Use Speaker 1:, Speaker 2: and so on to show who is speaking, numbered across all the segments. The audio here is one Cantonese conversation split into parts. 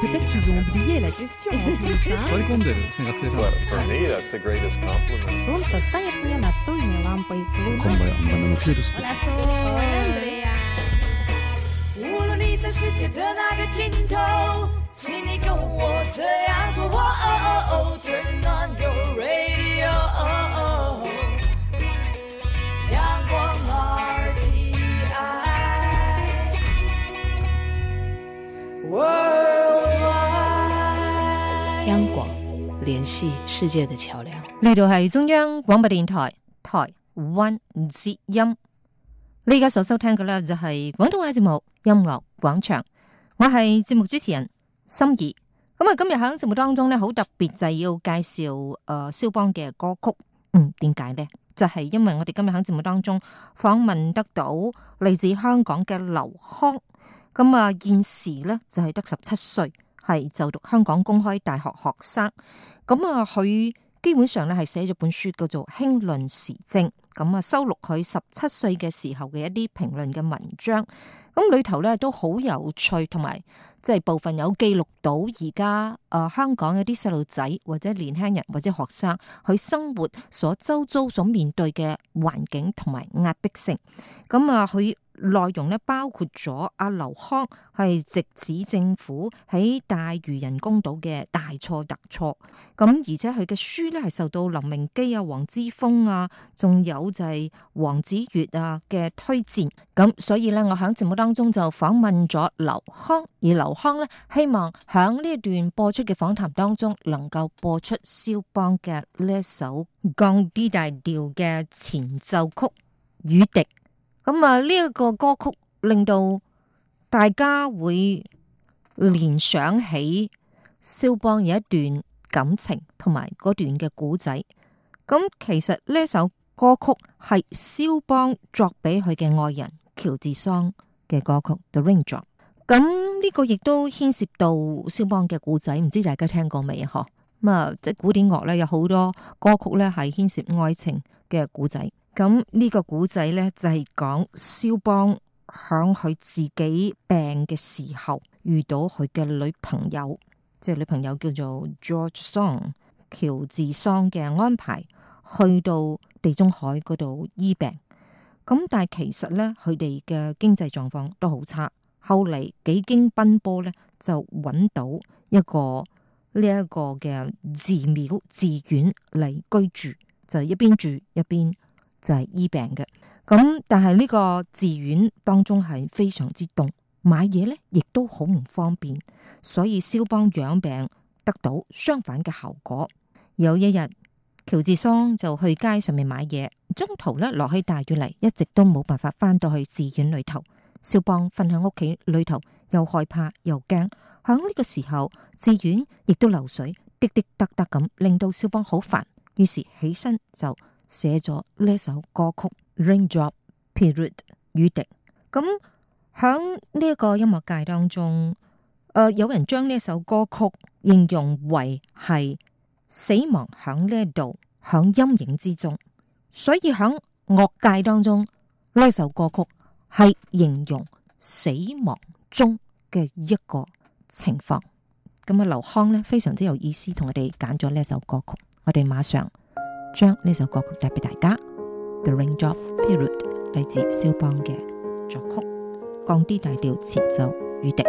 Speaker 1: peut-être qu'ils ont oublié la question en plus. hein.
Speaker 2: 소리꾼들이 생각해서
Speaker 3: Well, for me, that's the greatest compliment.
Speaker 4: Солнце стоит мне настольной лампой.
Speaker 2: 어떤
Speaker 4: Луна
Speaker 2: 거야? 안 받는 거 필요도 있고.
Speaker 5: 无论你在世界的哪个尽头，请你跟我这样做。哦哦哦，Turn on your radio。阳光 RTI。Worldwide。
Speaker 6: 央广，联系世界的桥梁。
Speaker 4: 呢度係中央廣播電台台灣之音。你而家所收聽嘅咧就係廣東話節目《音樂廣場》，我係節目主持人心儀。咁啊，今日喺節目當中咧，好特別就係要介紹誒肖邦嘅歌曲。嗯，點解呢？就係、因為我哋今日喺節目當中訪問得到嚟自香港嘅劉康。咁啊，現時咧就係得十七歲，係就讀香港公開大學學生。咁啊，佢基本上咧係寫咗本書叫做《輕論時政》，咁啊收錄佢十七歲嘅時候嘅一啲評論嘅文章，咁裏頭咧都好有趣，同埋即係部分有記錄到而家誒香港有啲細路仔或者年輕人或者學生佢生活所周遭所面對嘅環境同埋壓迫性，咁啊佢。內容咧包括咗阿劉康係直指政府喺大漁人工島嘅大錯特錯，咁而且佢嘅書咧係受到林明基啊、黃之峰啊，仲有就係黃子悅啊嘅推薦。咁所以咧，我喺節目當中就訪問咗劉康，而劉康咧希望喺呢一段播出嘅訪談當中，能夠播出肖邦嘅呢一首降 D 大調嘅前奏曲《雨滴》。咁啊，呢一個歌曲令到大家會聯想起肖邦有一段感情同埋嗰段嘅古仔。咁其實呢首歌曲係肖邦作俾佢嘅愛人喬治桑嘅歌曲《The Raindrop》。咁呢個亦都牽涉到肖邦嘅古仔，唔知大家聽過未啊？嗬，咁啊，即係古典樂咧有好多歌曲咧係牽涉愛情嘅古仔。咁呢個古仔咧就係講肖邦響佢自己病嘅時候遇到佢嘅女朋友，即係女朋友叫做 George Song 喬治桑嘅安排，去到地中海嗰度醫病。咁但係其實咧，佢哋嘅經濟狀況都好差。後嚟幾經奔波咧，就揾到一個呢一個嘅寺廟寺院嚟居住，就一邊住一邊就係醫病嘅。咁但係呢個寺院當中係非常之凍，買嘢咧亦都好唔方便，所以肖邦養病得到相反嘅效果。有一日，喬治桑就去街上面買嘢，中途咧落起大雨嚟，一直都冇辦法翻到去寺院裏頭。肖邦瞓喺屋企裏頭，又害怕又驚。響呢個時候，寺院亦都漏水，滴滴答答咁，令到肖邦好煩。於是起身就寫咗呢首歌曲《Raindrop Period》雨滴。咁響呢一個音樂界當中，誒、呃有人將呢一首歌曲形容為係死亡響呢一度，響陰影之中。所以響樂界當中，呢首歌曲係形容死亡中嘅一個情況。咁啊，劉康呢非常之有意思，同我哋揀咗呢首歌曲。我哋馬上將呢首歌曲帶俾大家，《The Raindrop Period》嚟自肖邦嘅作曲，降 D 大調前奏雨滴。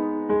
Speaker 5: 雨滴，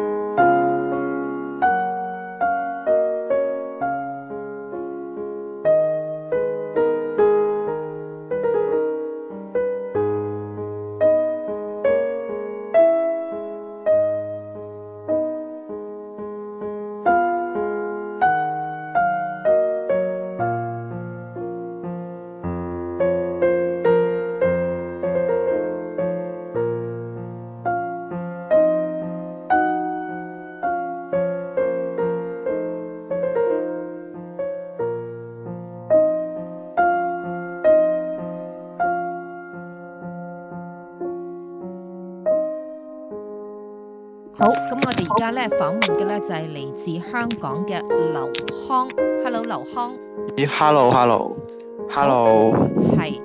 Speaker 4: 而家咧訪問嘅咧就係嚟自香港嘅劉康。Hello，劉康，
Speaker 7: 咦，hello，hello，hello，
Speaker 4: 係。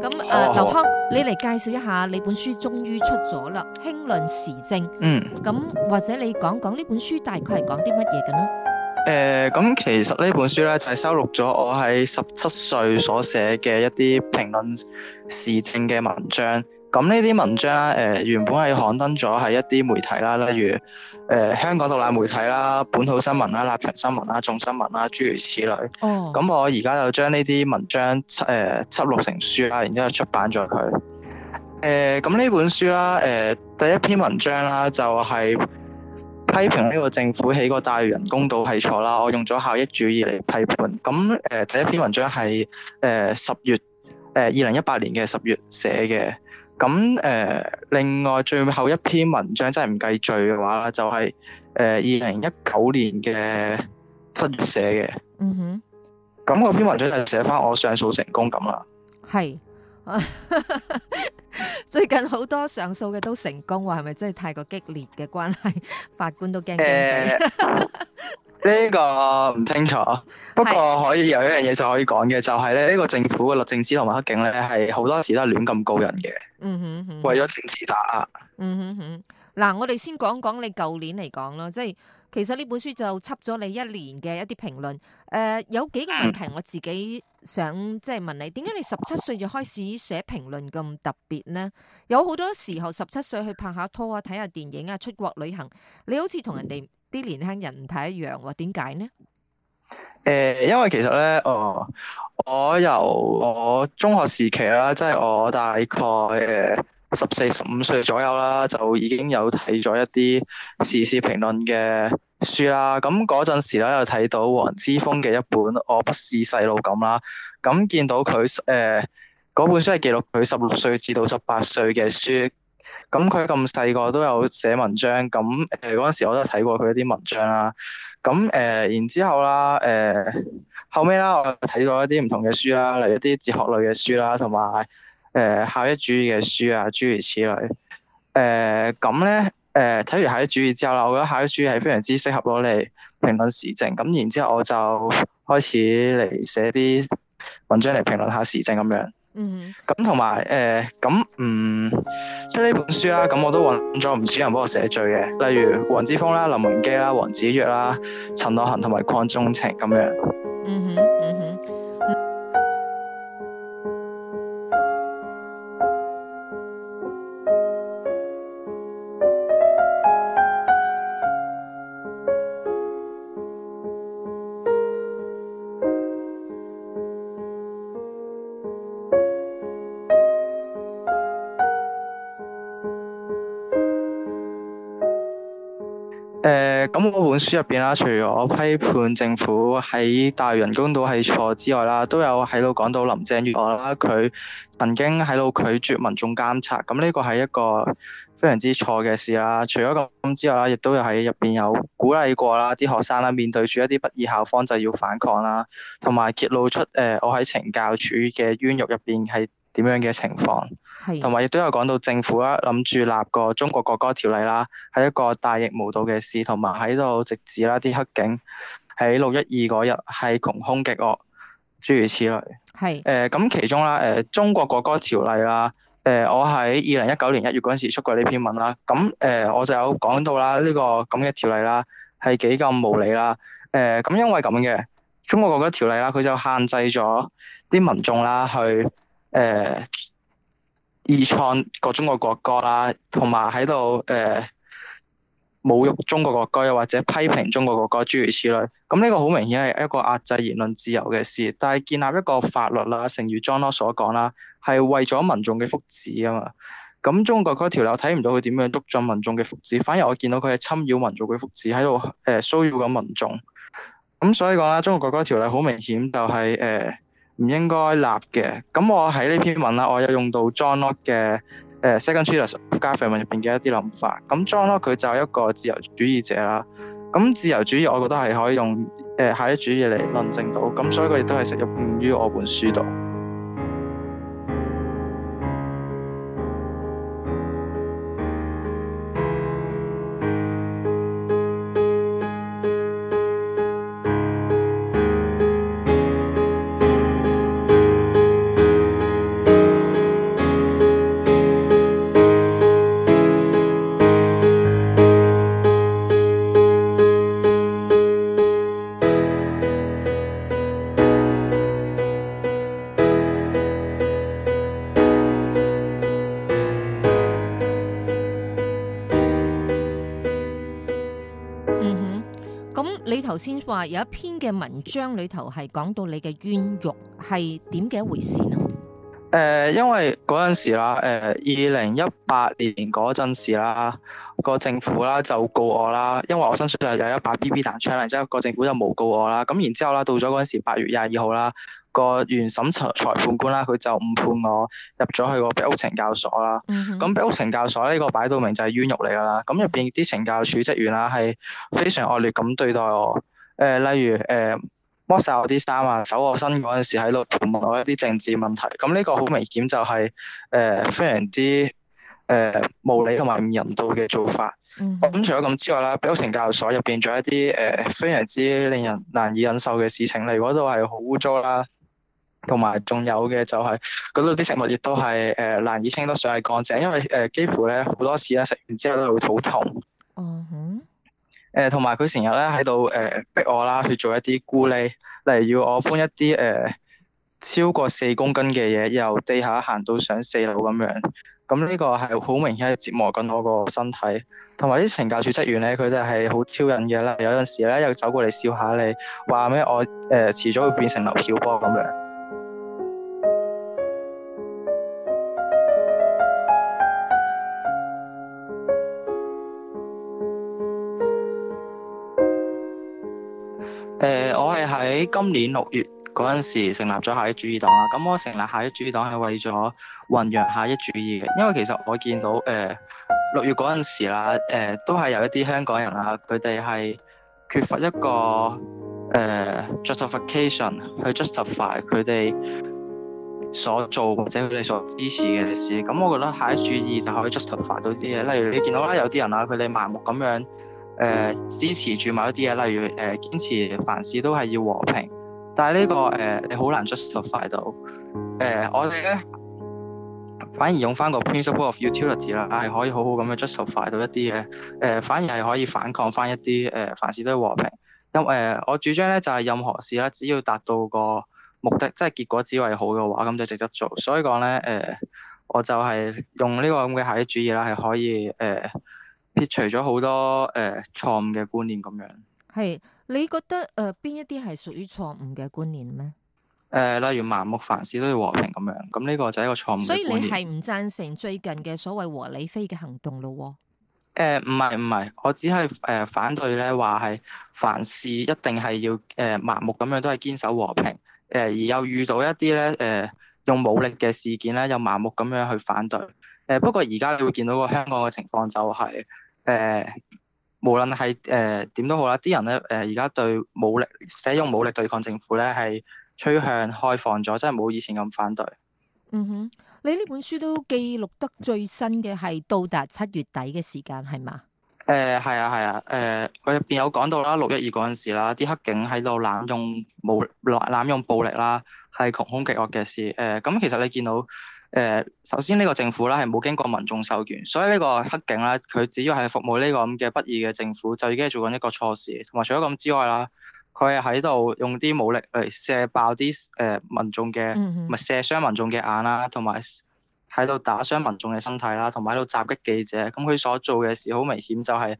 Speaker 4: 咁誒，
Speaker 7: 好啊
Speaker 4: 劉康，你嚟介紹一下你本書終於出咗啦，《輕論時政》。
Speaker 7: 嗯，
Speaker 4: 咁或者你講講呢本書大概係講啲乜嘢嘅呢？
Speaker 7: 誒，咁其實呢本書咧就係收錄咗我喺十七歲所寫嘅一啲評論時政嘅文章。咁呢啲文章啦，誒、原本係刊登咗喺一啲媒體啦，例如誒、香港獨立媒體啦、本土新聞啦、立場新聞啦、眾新聞啦，諸如此類。
Speaker 4: 哦，
Speaker 7: 咁我而家就將呢啲文章誒、呃、輯錄成書啦，然之後出版咗佢。誒、咁呢本書啦，誒、呃第一篇文章啦，就係、批評呢個政府起個大嶼人工島係錯啦，我用咗效益主義嚟批判。咁誒、呃第一篇文章係誒十月誒呃二零一八年嘅十月寫嘅。咁誒、呃另外最後一篇文章真係唔計序嘅話啦，就係誒呃二零一九年嘅七月寫嘅。
Speaker 4: 嗯哼，
Speaker 7: 咁嗰篇文章就寫翻我上訴成功咁啦。
Speaker 4: 係。 最近好多上訴嘅都成功喎，係咪真係太過激烈嘅關係，法官都驚驚
Speaker 7: 誒、
Speaker 4: 地
Speaker 7: 呢個唔清楚，不過可以有一樣嘢就可以講嘅，就係咧呢個政府嘅律政司同埋黑警咧係好多時都係亂咁告人嘅，
Speaker 4: 嗯哼哼，
Speaker 7: 為咗政治打壓。
Speaker 4: 嗯哼哼，嗱，我哋先講講你舊年嚟講啦，即係其實呢本書就輯咗你一年嘅一啲評論。誒、有幾個
Speaker 7: 嗯
Speaker 4: 問題我自己想即係問你，點解你十七歲就開始寫評論咁特別呢？有好多時候十七歲去拍下拖啊、睇下電影啊、出國旅行，你好似同人哋啲年輕人唔太一樣喎，點解呢？
Speaker 7: 誒、呃因為其實咧，我我由我中學時期啦，即係我大概誒十四、十五歲左右啦，就已經有睇咗一啲時事評論嘅書啦。咁嗰陣時咧，又睇到黃之鋒嘅一本《我不是細路咁》啦。咁見到佢誒嗰本書係記錄佢十六歲至到十八歲嘅書。咁佢咁細個都有寫文章，咁誒嗰陣時我都有睇過佢一啲文章啦。咁誒、呃然之後啦，誒、後尾啦，我睇咗一啲唔同嘅書啦，例如一啲哲學類嘅書啦，同埋誒效益主義嘅書啊，諸如此類。誒咁咧，誒睇完效益主義之後啦，我覺得效益主義係非常之適合攞嚟評論時政。咁然之後我就開始嚟寫啲文章嚟評論下時政咁樣。
Speaker 4: 嗯
Speaker 7: 咁同埋誒咁嗯出呢本書啦，咁我都揾咗唔少人幫我寫序嘅，例如黃之鋒啦、林文基啦、黃子悅啦、陳樂行同埋鄺鐘情咁樣。
Speaker 4: 哼，嗯哼，嗯哼。
Speaker 7: 誒咁我本書入邊啦，除咗批判政府喺大嶼人工島係錯之外啦，都有喺度講到林鄭月娥啦，佢曾經呃喺度拒絕民眾監察，咁呢個係一個非常之錯嘅事啦。除咗咁之外啦，亦都有喺入邊有鼓勵過啦啲學生啦，面對住一啲不義校方就要反抗啦，同埋揭露出誒、呃我喺懲教處嘅冤獄入邊係點樣嘅情況。同
Speaker 4: 係，
Speaker 7: 埋亦都有講到政府啦，諗住立個中國國歌條例啦，係一個大逆無道嘅事，同埋喺度直指啦啲黑警喺六一二嗰日係窮兇極惡，諸如此類。
Speaker 4: 係，
Speaker 7: 誒呃咁、其中啦，誒、中國國歌條例啦，誒、我喺二零一九年一月嗰陣時出過呢篇文啦，咁誒、呃我就有講到啦，呢、個咁嘅條例啦係幾咁無理啦，誒、咁因為咁嘅中國國歌條例啦，佢就限制咗啲民眾啦去誒、二創個中國國歌啦，同埋喺度呃誒侮辱中國國歌，又或者批評中國國歌，諸如此類。咁呢個好明顯係一個壓制言論自由嘅事，但係建立一個法律啦，正如 John Law 所講啦，係為咗民眾嘅福祉啊嘛。咁中國嗰條例我睇唔到佢點樣促進民眾嘅福祉，反而我見到佢係侵擾民眾嘅福祉，喺度誒騷擾緊民眾。咁所以講啦，中國國歌條例好明顯就係誒唔應該立嘅。咁我喺呢篇文啦，我有用到 John Locke 嘅誒 Second Treatise of Government 入邊嘅一啲諗法。咁 John Locke 佢就係一個自由主義者啦。咁自由主義我覺得係可以用誒效益主義嚟論證到，咁所以佢亦都係適用於我本書度。
Speaker 4: 嗯哼，咁你頭先話有一篇嘅文章裏頭係講到你嘅冤獄係點嘅一回事呢？
Speaker 7: 誒、呃因為嗰陣時啦，誒呃二零一八年嗰陣時啦，個政府啦就告我啦，因為我身上就有一把 BB 彈槍嚟，之後個政府就冇告我啦。咁然之後啦，到咗嗰陣時八月廿二號啦，個原審裁裁判官啦，佢就誤判我入咗去個壁屋懲教所啦。
Speaker 4: 嗯哼
Speaker 7: 咁壁屋懲教所呢個擺到明就係冤獄嚟㗎啦。咁入邊啲懲教處職員啦係非常惡劣咁對待我。誒、呃例如誒剝晒我啲衫啊，搜我身嗰陣時喺度盤問我一啲政治問題。咁呢個好明顯就係、誒、非常之誒、無理同埋唔人道嘅做法。
Speaker 4: 嗯哼
Speaker 7: 咁除咗咁之外啦，北歐城教育所入邊仲有一啲誒、呃非常之令人難以忍受嘅事情，例如嗰度係好污糟啦，同埋仲有嘅就係嗰度啲食物亦都係誒、呃、難以稱得上係乾淨，因為誒、呃幾乎咧好多次咧食完之後都會肚痛。
Speaker 4: 哦哼，
Speaker 7: 誒呃同埋佢成日咧喺度誒逼我啦去做一啲咕喱，例如要我搬一啲誒、呃超過四公斤嘅嘢由地下行到上四樓咁樣。咁呢個係好明顯係折磨緊我個身體，同埋啲懲教處職員咧，佢哋係好挑釁嘅啦。有陣時咧又走過嚟笑下你，話咩我誒、呃、遲早會變成劉曉波咁樣。誒、我係喺今年六月嗰陣時成立咗下一主義黨啦。咁我成立下一主義黨係為咗弘揚下一主義嘅，因為其實我見到誒六、月嗰陣時啦，誒、都係有一啲香港人啊，佢哋係缺乏一個誒、justification 去 justify 佢哋所做或者佢哋所支持嘅事。咁我覺得下一主義就可以 justify 到啲嘢，例如你見到啦，有啲人啊，佢哋盲目咁樣。誒、呃支持住某一啲嘢，例如誒、呃堅持凡事都係要和平，但係呢、個誒、你好難 justify 到。誒、我哋咧反而用翻個 principle of utility 啦，係可以好好咁樣 justify 到一啲嘢。誒、反而係可以反抗翻一啲誒、呃凡事都要和平。因誒、我主張咧就係、任何事啦，只要達到個目的，即係結果只為好嘅話，咁就值得做。所以講咧誒。我就係用呢個咁嘅下一主義啦，係可以誒、呃撇除咗好多誒、呃、錯誤嘅觀念咁樣。誒、
Speaker 4: 係你覺得誒邊一啲係屬於錯誤嘅觀念呢？
Speaker 7: 呃例如盲目凡事都要和平咁樣，咁呢個就係一個錯誤
Speaker 4: 所
Speaker 7: 嘅
Speaker 4: 以
Speaker 7: 觀
Speaker 4: 你
Speaker 7: 念。
Speaker 4: 係唔贊成最近嘅所謂和理非嘅行動咯喎？
Speaker 7: 誒呃唔係唔係，我只係誒、呃反對咧話係凡事一定係要誒、呃盲目咁樣都係堅守和平，誒、而又遇到一啲咧誒用武力嘅事件咧，又盲目咁樣去反對。誒、呃不過而家你會見到個香港嘅情況就係、誒、無論係誒點都好啦，啲人咧誒而家對武力使用武力對抗政府咧係趨向開放咗，真係冇以前咁反對。
Speaker 4: 嗯哼，你呢本書都記錄得最新嘅係到達七月底嘅時間係嘛？
Speaker 7: 誒係啊係啊，誒佢入邊有講到啦，六一二嗰陣時啦，啲黑警喺度濫用武濫濫用暴力啦，係窮兇極惡嘅事。誒、呃咁其實你見到誒、首先呢個政府啦係冇經過民眾授權，所以呢個黑警啦，佢只要係服務呢個咁嘅不義嘅政府，就已經係做緊一個錯事。同埋除咗咁之外啦，佢係喺度用啲武力嚟射爆啲誒、民眾嘅。
Speaker 4: 嗯哼
Speaker 7: 咪，射傷民眾嘅眼啦，同埋喺度打傷民眾嘅身體啦，同埋喺度襲擊記者。咁佢所做嘅事好明顯就係、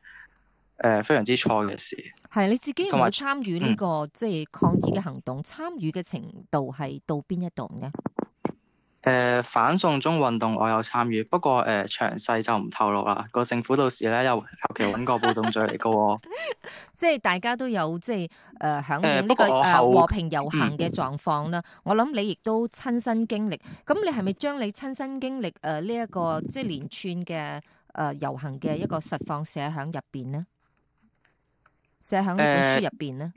Speaker 7: 誒、非常之錯嘅事。
Speaker 4: 係你自己有
Speaker 7: 同埋嗯
Speaker 4: 冇參與呢個即係抗議嘅行動？參與嘅程度係到邊一度呢？
Speaker 7: 誒、呃反送中運動我有參與，不過誒、呃詳細就唔透露啦。個政府到時咧又後期揾個暴動罪嚟告我。
Speaker 4: 即係大家都有即係誒響
Speaker 7: 誒
Speaker 4: 應呢
Speaker 7: 不
Speaker 4: 個
Speaker 7: 過我後嗯
Speaker 4: 誒和平遊行嘅狀況啦。我諗你亦都親身經歷，咁你係咪將你親身經歷誒呢一個即係連串嘅誒遊行嘅一個實況寫響入邊呢？寫響呢本書入邊呢？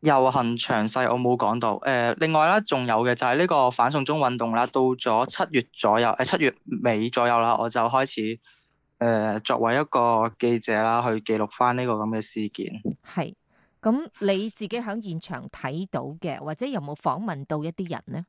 Speaker 7: 遊行詳細我冇講到。誒、呃另外啦，仲有嘅就係呢個反送中運動啦，到咗七月左右，誒、呃七月尾左右啦，我就開始誒、作為一個記者啦，去記錄翻呢個咁嘅事件。
Speaker 4: 係咁你自己響現場睇到嘅，或者有冇訪問到一啲人呢？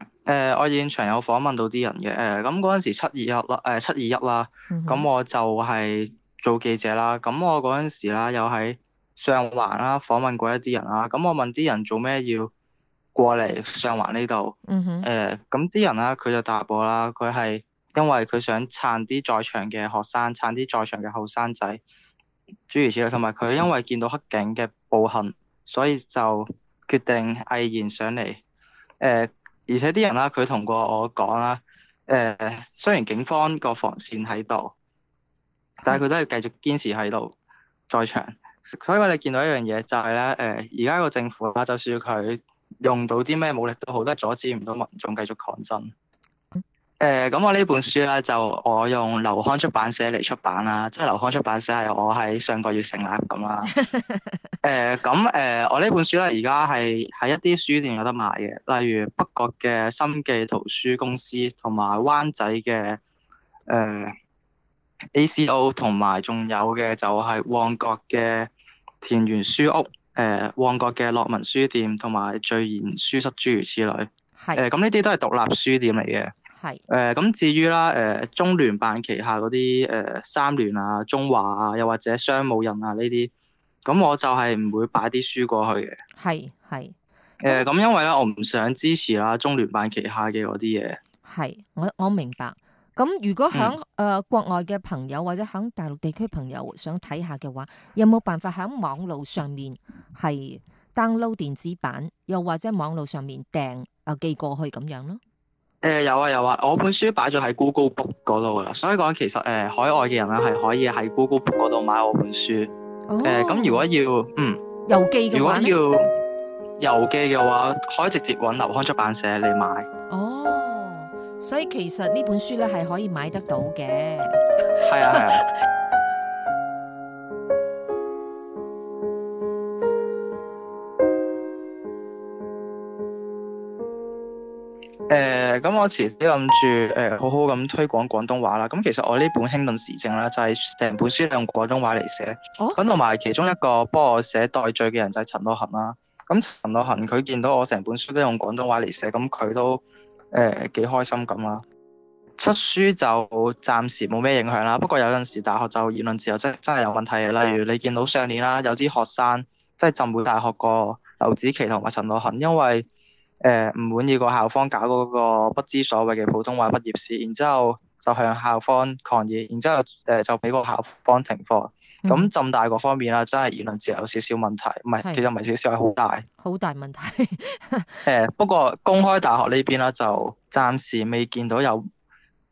Speaker 7: 誒、呃我現場有訪問到啲人嘅，誒呃咁嗰陣時七二一啦，誒、七二一啦，
Speaker 4: 嗯哼
Speaker 7: 咁我就係做記者啦，咁我嗰陣時啦，又喺上環啦訪問過一啲人啦，咁我問啲人做咩要過嚟上環呢度，
Speaker 4: 嗯哼，
Speaker 7: 誒呃咁啲人啊啦，佢就答我啦，佢係因為佢想撐啲在場嘅學生，撐啲在場嘅後生仔，誒、諸如此類，同埋佢因為見到黑警嘅暴行，所以就決定毅然上嚟。誒、呃而且啲人啦，佢同過我講啦，誒、雖然警方個防線喺度，但係佢都係繼續堅持喺度在場。所以我哋見到一樣嘢就係、咧，誒而家個政府啦，就算佢用到啲咩武力都好，都係阻止唔到民眾繼續抗爭。誒咁、我呢本書咧就我用流康出版社嚟出版啦，即係流康出版社係我喺上個月成立咁啦。誒咁誒，我呢本書咧而家係喺一啲書店有得賣嘅，例如北角嘅新記圖書公司同埋灣仔嘅誒、呃 ACO，同埋仲有嘅就係旺角嘅田園書屋、誒、呃旺角嘅樂文書店同埋聚賢書室諸如此類。誒
Speaker 4: 係
Speaker 7: 咁呢啲都係獨立書店嚟嘅。
Speaker 4: 係
Speaker 7: 誒咁、至於啦，誒、呃中聯辦旗下嗰啲誒三聯啊、中華啊，又或者商務印啊呢啲，咁我就係唔會擺啲書過去嘅。
Speaker 4: 係係
Speaker 7: 誒、
Speaker 4: 嗯
Speaker 7: 咁因為咧，我唔想支持啦中聯辦旗下嘅嗰啲嘢。
Speaker 4: 係，我我明白。咁如果響誒、
Speaker 7: 嗯
Speaker 4: 呃、國外嘅朋友或者響大陸地區朋友想睇下嘅話，有冇辦法響網路上面係 download 電子版，又或者網路上面訂啊寄過去咁樣咯？
Speaker 7: 誒、有啊有啊，我本書擺咗喺 Google Book 嗰度噶啦，所以講其實誒、呃海外嘅人咧啊係可以喺 Google Book 嗰度買我本書。誒、呃
Speaker 4: 哦，
Speaker 7: 咁如果要嗯。
Speaker 4: 郵寄嘅
Speaker 7: 如果
Speaker 4: 話咧，
Speaker 7: 要郵寄嘅話，可以直接揾流康出版社嚟買。
Speaker 4: 哦，所以其實呢本書咧係可以買得到嘅。
Speaker 7: 係啊係啊。誒，咁、我遲啲諗住誒，好好咁推廣廣東話啦。咁其實我呢本《興論時政》啦，就係、成本書都用廣東話嚟寫。
Speaker 4: 哦
Speaker 7: 咁同埋其中一個幫我寫代罪嘅人就係陳樂恒啦。咁陳樂恒佢見到我成本書都用廣東話嚟寫，咁佢都誒幾、開心咁啦。出書就暫時冇咩影響啦，不過有陣時大學就言論自由真真係有啊問題嘅，例如你見到上年啦，有啲學生即係浸會大學個劉子琪同埋陳樂恒，因為誒唔滿意個校方搞嗰個不知所謂嘅普通話畢業試，然之後就向校方抗議，然之後誒就俾個校方停課。
Speaker 4: 嗯
Speaker 7: 咁浸大嗰方面啦，真係言論自由有少少問題，唔
Speaker 4: 係
Speaker 7: 係其實唔係少少係好大。
Speaker 4: 好大問題，
Speaker 7: 誒、呃不過公開大學呢邊啦，就暫時未見到有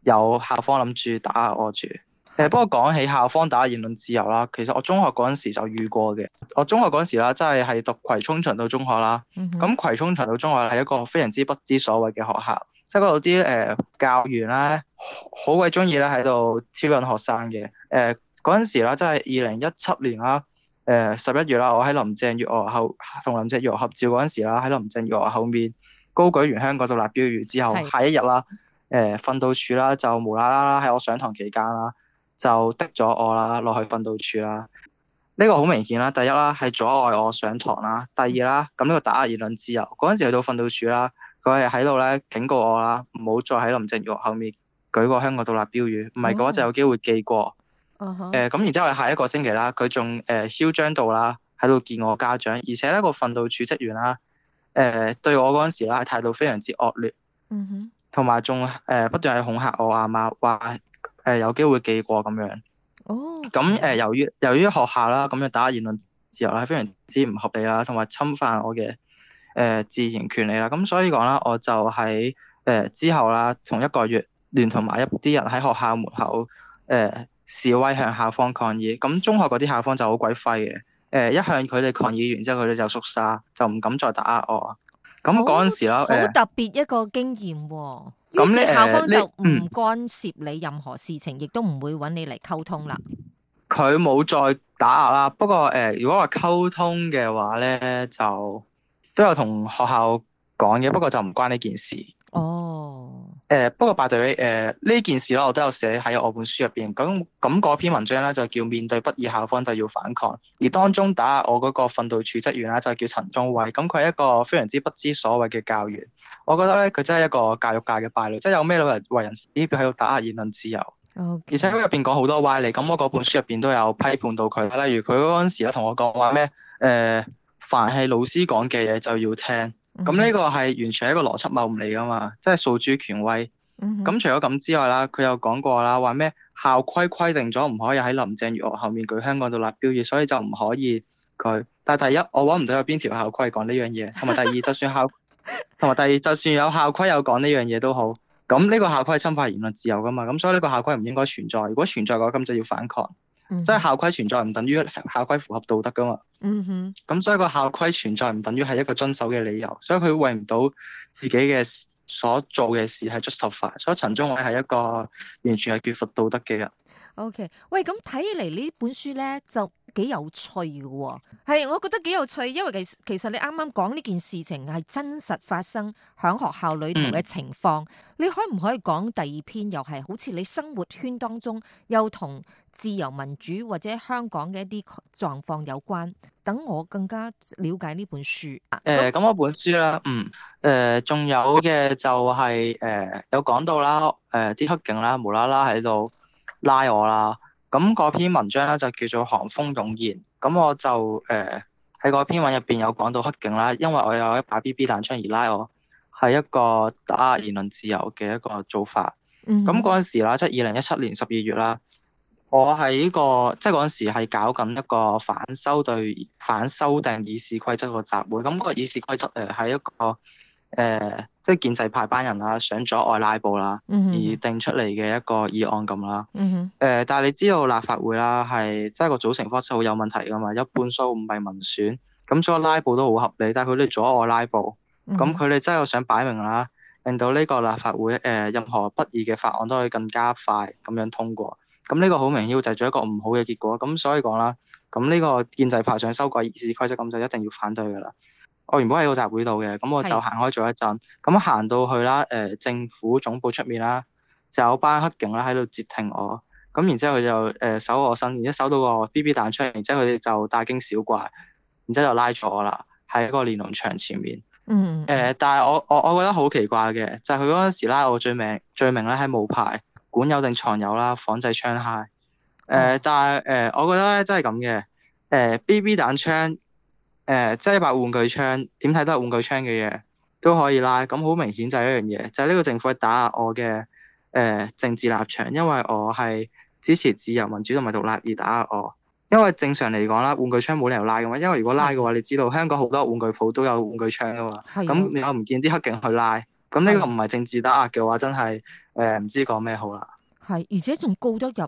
Speaker 7: 有校方諗住打壓我住。誒、不過講起校方打壓言論自由啦，其實我中學嗰陣時就遇過嘅。我中學嗰陣時啦，真係係讀葵涌循道中學啦。
Speaker 4: 咁
Speaker 7: 咁葵涌循道中學係一個非常之不知所謂嘅學校，即係嗰度啲誒教員咧，好鬼中意咧喺度挑釁學生嘅。誒嗰陣時啦，即係二零一七年啦，誒十一月啦，我喺林鄭月娥後呃同林鄭月娥合照嗰陣時啦，喺林鄭月娥後面高舉完香港獨立標語之後，
Speaker 4: 係
Speaker 7: 下一日啦，誒訓導處啦就無啦啦啦喺我上堂期間啦，就滴咗我啦落去訓導處啦。呢個好明顯啦，第一啦係阻礙我上堂啦，第二啦咁呢個打壓言論自由。嗰陣時去到訓導處啦，佢係喺度咧警告我啦，唔好再喺林鄭月娥後面舉個香港獨立標語，唔係嘅
Speaker 4: 哦
Speaker 7: 話就有機會記過。誒咁、
Speaker 4: 咁
Speaker 7: 然之後下一個星期啦，佢仲誒囂張到啦，喺度見我家長，而且呢個訓導處職員啦，誒、對我嗰陣時啦係態度非常之惡劣。
Speaker 4: 嗯哼
Speaker 7: 同埋仲誒不斷係恐嚇我阿媽，話誒有機會記過咁樣。
Speaker 4: 哦
Speaker 7: 咁誒、由於由於學校啦咁樣打壓言論自由啦，係非常之唔合理啦，同埋侵犯我嘅誒、呃自然權利啦。咁所以講啦，我就喺誒、呃之後啦，同一個月聯同埋一啲人喺學校門口誒、呃示威向校方抗議。咁中學嗰啲校方就好鬼廢嘅，誒、呃一向佢哋抗議完之後，佢哋就縮沙，就唔敢再打壓我。咁嗰陣時啦，呃
Speaker 4: 好
Speaker 7: 誒、
Speaker 4: 特別一個經驗喎。於
Speaker 7: 咁
Speaker 4: 是
Speaker 7: 咧誒嗯
Speaker 4: 校方就唔
Speaker 7: 呢
Speaker 4: 干涉你任何事情，亦都唔會揾你嚟溝通啦。
Speaker 7: 佢冇再打壓啦。不過誒、呃如果話溝通嘅話咧，就都有同學校講嘅，不過就唔關呢件事。誒、
Speaker 4: 哦，
Speaker 7: 不過 by the way，誒呢件事啦，我都有寫喺我本書入邊。咁咁嗰篇文章咧就叫面對不義校方就要反抗，而當中打壓我嗰個訓導處職員啦，就叫陳宗偉。咁佢係一個非常之不知所謂嘅教員。我覺得咧，佢真係一個教育界嘅敗類，即係有咩理由為人師表喺度打壓言論自由？
Speaker 4: 哦
Speaker 7: 而且佢入邊講好多歪理，咁我嗰本書入邊都有批判到佢，例如佢嗰陣時咧同我講話咩，誒、凡係老師講嘅嘢就要聽，咁呢個係完全係一個邏輯謬誤嚟噶嘛，即係訴諸權威。
Speaker 4: 嗯哼
Speaker 7: 咁除咗咁之外啦，佢有講過啦，話咩校規規定咗唔可以喺林鄭月娥後面舉香港獨立標語，所以就唔可以舉。但係第一，我揾唔到有邊條校規講呢樣嘢，同埋第二，就算校同埋第二，就算有校規有講呢樣嘢都好，咁呢個校規係侵犯言論自由噶嘛，咁所以呢個校規唔應該存在。如果存在嘅話，咁就要反抗。
Speaker 4: 嗯
Speaker 7: 即係校規存在唔等於校規符合道德噶嘛。
Speaker 4: 嗯哼，
Speaker 7: 咁所以個校規存在唔等於係一個遵守嘅理由，所以佢為唔到自己嘅所做嘅事係 justify，所以陳忠偉係一個完全係缺乏道德嘅人。
Speaker 4: OK，喂，咁睇起嚟呢本書咧就幾有趣嘅喎，係我覺得幾有趣，因為其實其實你啱啱講呢件事情係真實發生喺學校裏頭
Speaker 7: 嗯
Speaker 4: 嘅情況，你可唔可以講第二篇又係好似你生活圈當中又同自由民主或者香港嘅一啲狀況有關？等我更加了解呢本書。啊
Speaker 7: 誒、呃咁我本書啦，嗯，誒、仲有嘅就係、誒、有講到啦，誒啲黑警啦，無啦啦喺度拉我啦，咁嗰篇文章咧就叫做《寒風湧現》，咁我就誒喺嗰篇文入邊有講到黑警啦，因為我有一把 BB 彈槍而拉我，係一個打壓言論自由嘅一個做法。
Speaker 4: 嗯
Speaker 7: 咁嗰陣時啦，即係二零一七年十二月啦，我喺個即係嗰陣時係搞緊一個反修對反修訂議事規則個集會。咁、個議事規則誒係一個誒、呃即係建制派班人啦，想阻礙拉布啦，
Speaker 4: 嗯
Speaker 7: 而
Speaker 4: 哼
Speaker 7: 定出嚟嘅一個議案咁啦。
Speaker 4: 嗯哼
Speaker 7: 誒、但係你知道立法會啦，係即係個組成方式好有問題㗎嘛，一半數唔係民選，咁所以拉布都好合理，但係佢哋阻礙拉布。
Speaker 4: 嗯
Speaker 7: 咁佢哋真係想擺明啦，令到呢個立法會誒、呃任何不義嘅法案都可以更加快咁樣通過。咁呢個好明顯會製造一個唔好嘅結果。咁所以講啦，咁呢個建制派想修改議事規則，咁就一定要反對㗎啦。我原本喺個集會度嘅，咁我就
Speaker 4: 係
Speaker 7: 行開咗一陣，咁行到去啦，誒、呃政府總部出面啦，就有班黑警啦喺度截停我，咁然之後佢就誒、呃搜我身，然之後搜到個 BB 彈出嚟，然之後佢哋就大驚小怪，然之後就拉咗我啦，喺個連儂牆前面。
Speaker 4: 嗯
Speaker 7: 誒、但係我我我覺得好奇怪嘅，就係佢嗰陣時拉我罪名罪名咧係無牌管有定藏有啦，仿製槍械。誒、
Speaker 4: 嗯
Speaker 7: 但係誒、我覺得咧真係咁嘅。誒、BB 彈槍，誒、即係一把玩具槍，點睇都係玩具槍嘅嘢，都可以拉。咁好明顯就係一樣嘢，就係、呢個政府係打壓我嘅誒、政治立場，因為我係支持自由民主同埋獨立而打壓我。因為正常嚟講啦，玩具槍冇理由拉噶嘛，因為如果拉嘅話，你知道香港好多玩具鋪都有玩具槍噶嘛。
Speaker 4: 係
Speaker 7: 咁
Speaker 4: 啊
Speaker 7: 你又唔見啲黑警去拉，咁呢個
Speaker 4: 係
Speaker 7: 唔係政治打壓嘅話，真係誒唔知講咩好啦。
Speaker 4: 係，而且仲告得入，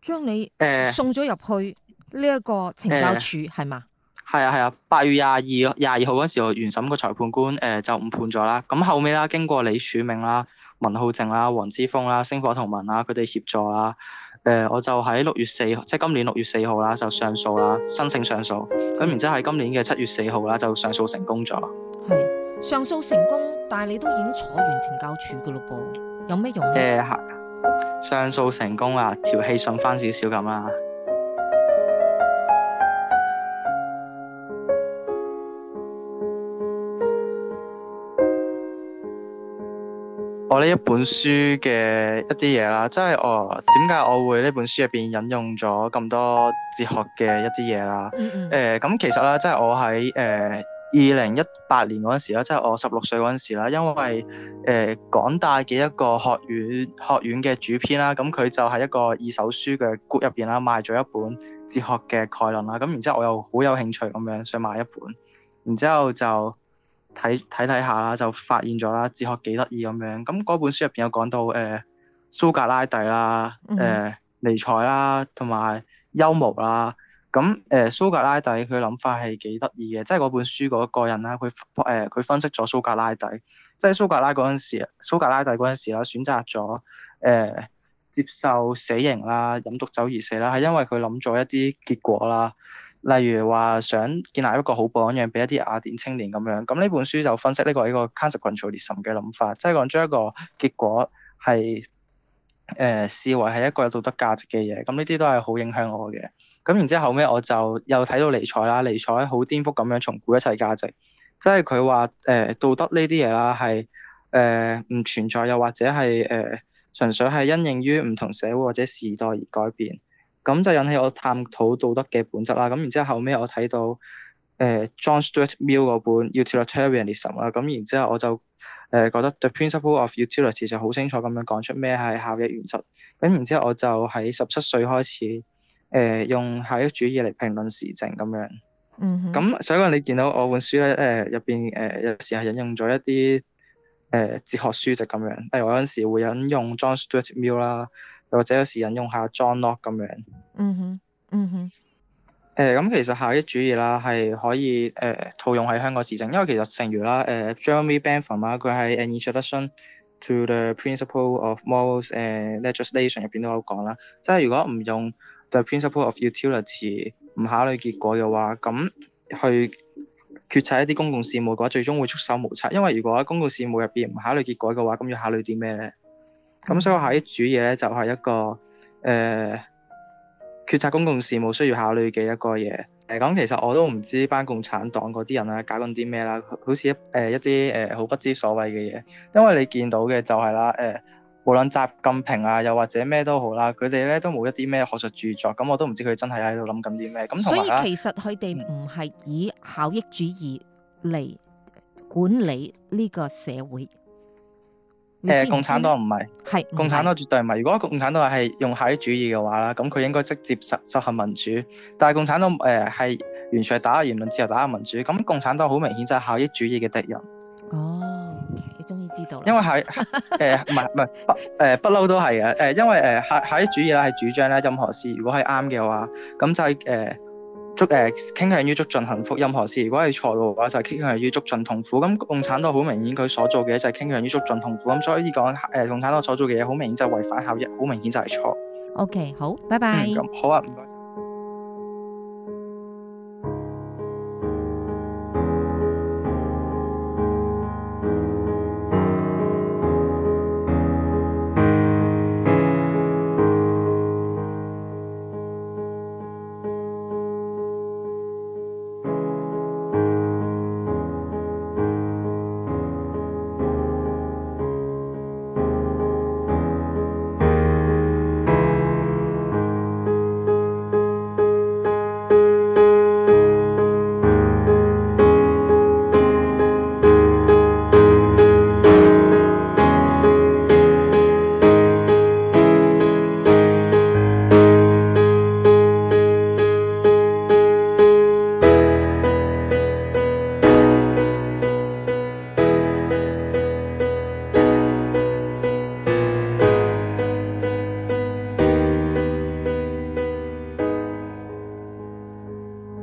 Speaker 4: 將你
Speaker 7: 誒
Speaker 4: 送咗入去呢一個懲
Speaker 7: 啊
Speaker 4: 教處係嘛？
Speaker 7: 係啊係啊，八月廿二廿二號嗰時候，原審個裁判官誒、就誤判咗啦。咁後尾啦，經過李柱銘啦、文浩正啦、黃之鋒啦、星火同盟啦，佢哋協助啦，誒、我就喺六月四號，即係今年六月四號啦，就上訴啦，申請上訴。咁然之後喺今年嘅七月四號啦，就上訴成功咗。
Speaker 4: 係上訴成功，但係你都已經坐完懲教處噶咯噃，有咩用啊咧？
Speaker 7: 誒、係呃上訴成功啊，條氣順翻少少咁啦。我呢一本書嘅一啲嘢啦，即係我點解我會呢本書入邊引用咗咁多哲學嘅一啲嘢啦。
Speaker 4: 嗯嗯
Speaker 7: 誒、咁其實啦，即係我喺誒二零一八年嗰陣時啦，即係我十六歲嗰陣時啦，因為誒、呃、港大嘅一個學院學院嘅主編啦，咁佢就喺一個二手書嘅 group 入邊啦，賣咗一本哲學嘅概論啦，咁然之後我又好有興趣咁樣想買一本，然之後就睇睇睇下啦，就發現咗啦，哲學幾得意咁樣，咁嗰本書入邊有講到誒、呃、蘇格拉底啦，
Speaker 4: 嗯
Speaker 7: 誒、尼采啦，同埋休謨啦。咁誒、呃、蘇格拉底佢諗法係幾得意嘅，即係嗰本書嗰個人啦，佢誒佢分析咗蘇格拉底，即係蘇格拉嗰陣時，蘇格拉底嗰陣時啦，選擇咗誒、呃接受死刑啦，飲毒酒而死啦，係因為佢諗咗一啲結果啦，例如話想建立一個好榜樣俾一啲雅典青年咁樣。咁呢本書就分析呢個呢個 consequentialism 嘅諗法，即係講將一個結果係誒、呃、視為係一個有道德價值嘅嘢。咁呢啲都係好影響我嘅。咁然之後後尾我就又睇到尼采啦，尼采好顛覆咁樣重估一切價值，即係佢話誒道德呢啲嘢啦係誒唔存在，又或者係誒、呃、純粹係因應於唔同社會或者時代而改變，咁就引起我探討道德嘅本質啦。咁然之後後尾我睇到誒、誒 John Stuart Mill 嗰本 Utilitarianism 啦，咁然之後我就誒覺得 The Principle of Utility 就好清楚咁樣講出咩係效益原則，咁然之後我就喺十七歲開始誒用效益主義嚟評論時政咁樣。
Speaker 4: 嗯哼，
Speaker 7: 咁所以你見到我本書咧，誒入邊誒有時係引用咗一啲誒、呃哲學書籍咁樣，例如我有陣時會引用 John Stuart Mill 啦，又或者有時引用下 John Locke 咁樣。
Speaker 4: 嗯哼，嗯哼，
Speaker 7: 誒咁、其實效益主義啦，係可以誒、呃套用喺香港市政，因為其實正如啦，誒、Jeremy Bentham 啦，佢喺《An Introduction to the Principle of Morals and Legislation》入邊都有講啦，即係如果唔用 The Principle of Utility 唔考慮結果嘅話，咁去決策一啲公共事務嘅話，最終會束手無策，因為如果公共事務入邊唔考慮結果嘅話，咁要考慮啲咩咧？咁所以效益主義咧就係、一個誒。呃決策公共事務需要考慮嘅一個嘢。誒咁其實我都唔知班共產黨嗰啲人啊搞緊啲咩啦，好似一誒、呃一啲誒好不知所謂嘅嘢。因為你見到嘅就係、啦，誒、呃無論習近平啊，又或者咩都好啦，佢哋咧都冇一啲咩學術著作，咁我都唔知佢真係喺度諗緊啲咩。咁
Speaker 4: 所
Speaker 7: 同
Speaker 4: 以
Speaker 7: 埋啦，嗯
Speaker 4: 其實佢哋唔係以效益主義嚟管理呢個社會。你知唔
Speaker 7: 誒
Speaker 4: 知
Speaker 7: 呃共產
Speaker 4: 呢
Speaker 7: 黨唔係。
Speaker 4: 嗯係唔
Speaker 7: 共
Speaker 4: 係
Speaker 7: 產黨絕對唔係。如果共產黨係用效益主義嘅話啦，咁佢應該直接實實行民主。但係共產黨誒係、完全係打壓言論自由、打壓民主。咁共產黨好明顯就係效益主義嘅敵人，
Speaker 4: 哦，OK，你終於知道啦。
Speaker 7: 因 為係誒唔係唔係不誒不嬲都係嘅誒，因為呃誒效效益主義啦係主張咧任何事如果係啱嘅話，咁就係誒促誒傾向於促進幸福；任何事如果係錯嘅話，就係、傾向於促進痛苦。咁共產黨好明顯佢所做嘅嘢就係傾向於促進痛苦。咁所以講誒、呃共產黨所做嘅嘢好明顯就係違反效益，好明顯就係錯。
Speaker 4: OK，好，
Speaker 7: 嗯
Speaker 4: 拜拜。
Speaker 7: 咁好啊，唔該晒。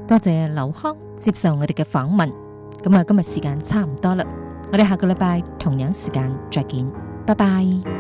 Speaker 4: 多謝劉康接受我哋嘅訪問。咁啊，今日時間差唔多啦，我哋下個禮拜同樣時間再見，拜拜。